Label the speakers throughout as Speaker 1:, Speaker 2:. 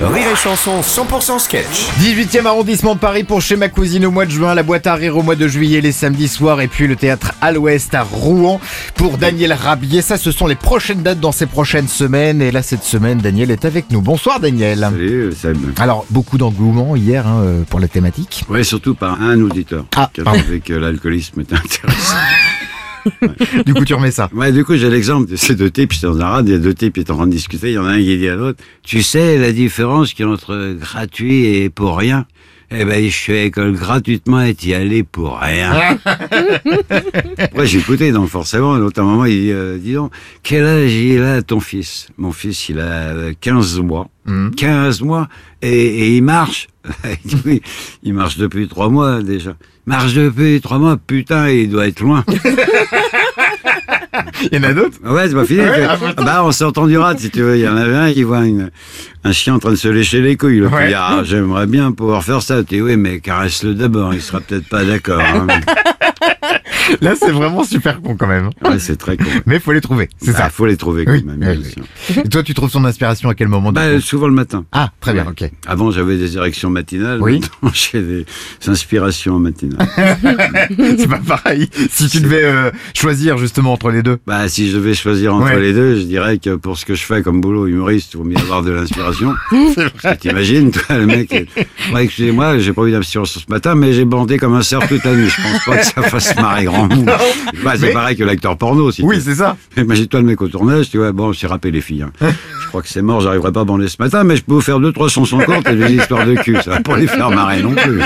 Speaker 1: Rire et Chanson 100% sketch.
Speaker 2: 18e arrondissement de Paris pour chez ma cousine au mois de juin, la boîte à rire au mois de juillet, les samedis soirs et puis le théâtre à l'ouest à Rouen pour Daniel Rabier. Ça, ce sont les prochaines dates dans ces prochaines semaines. Et là, cette semaine, Daniel est avec nous. Bonsoir Daniel.
Speaker 3: Salut Seb.
Speaker 2: Alors, beaucoup d'engouement hier hein, euh, pour la thématique.
Speaker 3: Ouais, surtout par un auditeur
Speaker 2: Ah,
Speaker 3: qui a
Speaker 2: pardon.
Speaker 3: trouvé que l'alcoolisme était intéressant.
Speaker 2: Du coup, tu remets ça.
Speaker 3: Ouais, Bah, du coup, j'ai l'exemple de ces deux types, j'étais dans un rad, il y a deux types qui étaient en train de discuter, il y en a un qui dit à l'autre, tu sais la différence qu'il y a entre gratuit et pour rien Eh ben, je fais école gratuitement et t'y allais pour rien. Après, j'ai écouté, donc forcément, l'autre, à un moment, il dit, euh, dis donc, quel âge il a ton fils Mon fils, il a euh, 15 mois. 15 mois et, et il marche. Il dit, Oui, il marche depuis trois mois déjà. Marche depuis trois mois, putain, il doit être loin.
Speaker 2: Il y en a d'autres
Speaker 3: Ouais, c'est pas fini. que- Ah bah, on s'entend du rat, si tu veux. Il y en avait un qui voit une- un chien en train de se lécher les couilles. L'autre,
Speaker 2: Ouais.
Speaker 3: il dit, ah, j'aimerais bien pouvoir faire ça. Tu dis, oui, mais caresse-le d'abord. Il sera peut-être pas d'accord. hein.
Speaker 2: Là, c'est vraiment super con quand même.
Speaker 3: Ouais, c'est très con.
Speaker 2: Mais faut les trouver, c'est
Speaker 3: Bah,
Speaker 2: ça.
Speaker 3: Faut les trouver quand
Speaker 2: Oui,
Speaker 3: même.
Speaker 2: oui,
Speaker 3: bien
Speaker 2: oui.
Speaker 3: sûr.
Speaker 2: Et toi, tu trouves son inspiration à quel moment du
Speaker 3: Bah,
Speaker 2: coup
Speaker 3: souvent le matin.
Speaker 2: Ah, très bien,
Speaker 3: Ouais.
Speaker 2: ok.
Speaker 3: Avant, j'avais des érections matinales.
Speaker 2: Oui.
Speaker 3: Maintenant, j'ai des inspirations matinales.
Speaker 2: C'est pas pareil. Si tu devais euh, choisir justement entre les deux.
Speaker 3: Bah, si je devais choisir entre
Speaker 2: Ouais.
Speaker 3: les deux, je dirais que pour ce que je fais comme boulot humoriste, il vaut mieux avoir de l'inspiration. Parce que T'imagines, toi, le mec, est- ouais, excusez-moi, j'ai pas eu d'inspiration ce matin, mais j'ai bandé comme un cerf toute la nuit. Je pense pas que ça fasse marrer grand monde. Bah, c'est
Speaker 2: mais-
Speaker 3: pareil que l'acteur porno, si
Speaker 2: Oui,
Speaker 3: tu veux.
Speaker 2: c'est ça.
Speaker 3: Imagine-toi le mec au tournage, tu vois, bon, c'est râpé les filles. hein. Je crois que c'est mort, j'arriverai pas à bander ce matin, mais je peux vous faire deux, trois chansons courtes et des histoires de cul. Ça va pas les faire marrer non plus.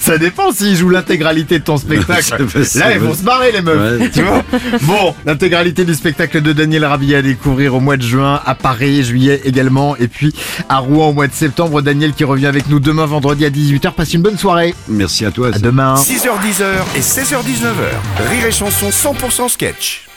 Speaker 2: Ça dépend s'ils jouent l'intégralité de ton spectacle.
Speaker 3: C'est possible.
Speaker 2: Là, ils vont se barrer, les meufs.
Speaker 3: Ouais.
Speaker 2: Tu vois bon, l'intégralité du spectacle de Daniel Rabier à découvrir au mois de juin, à Paris, juillet également, et puis à Rouen au mois de septembre. Daniel qui revient avec nous demain vendredi à 18h. Passe une bonne soirée.
Speaker 3: Merci à toi.
Speaker 2: À
Speaker 3: Seb.
Speaker 2: demain.
Speaker 1: 6h10h et 16h19h. Rire et Chanson 100% sketch.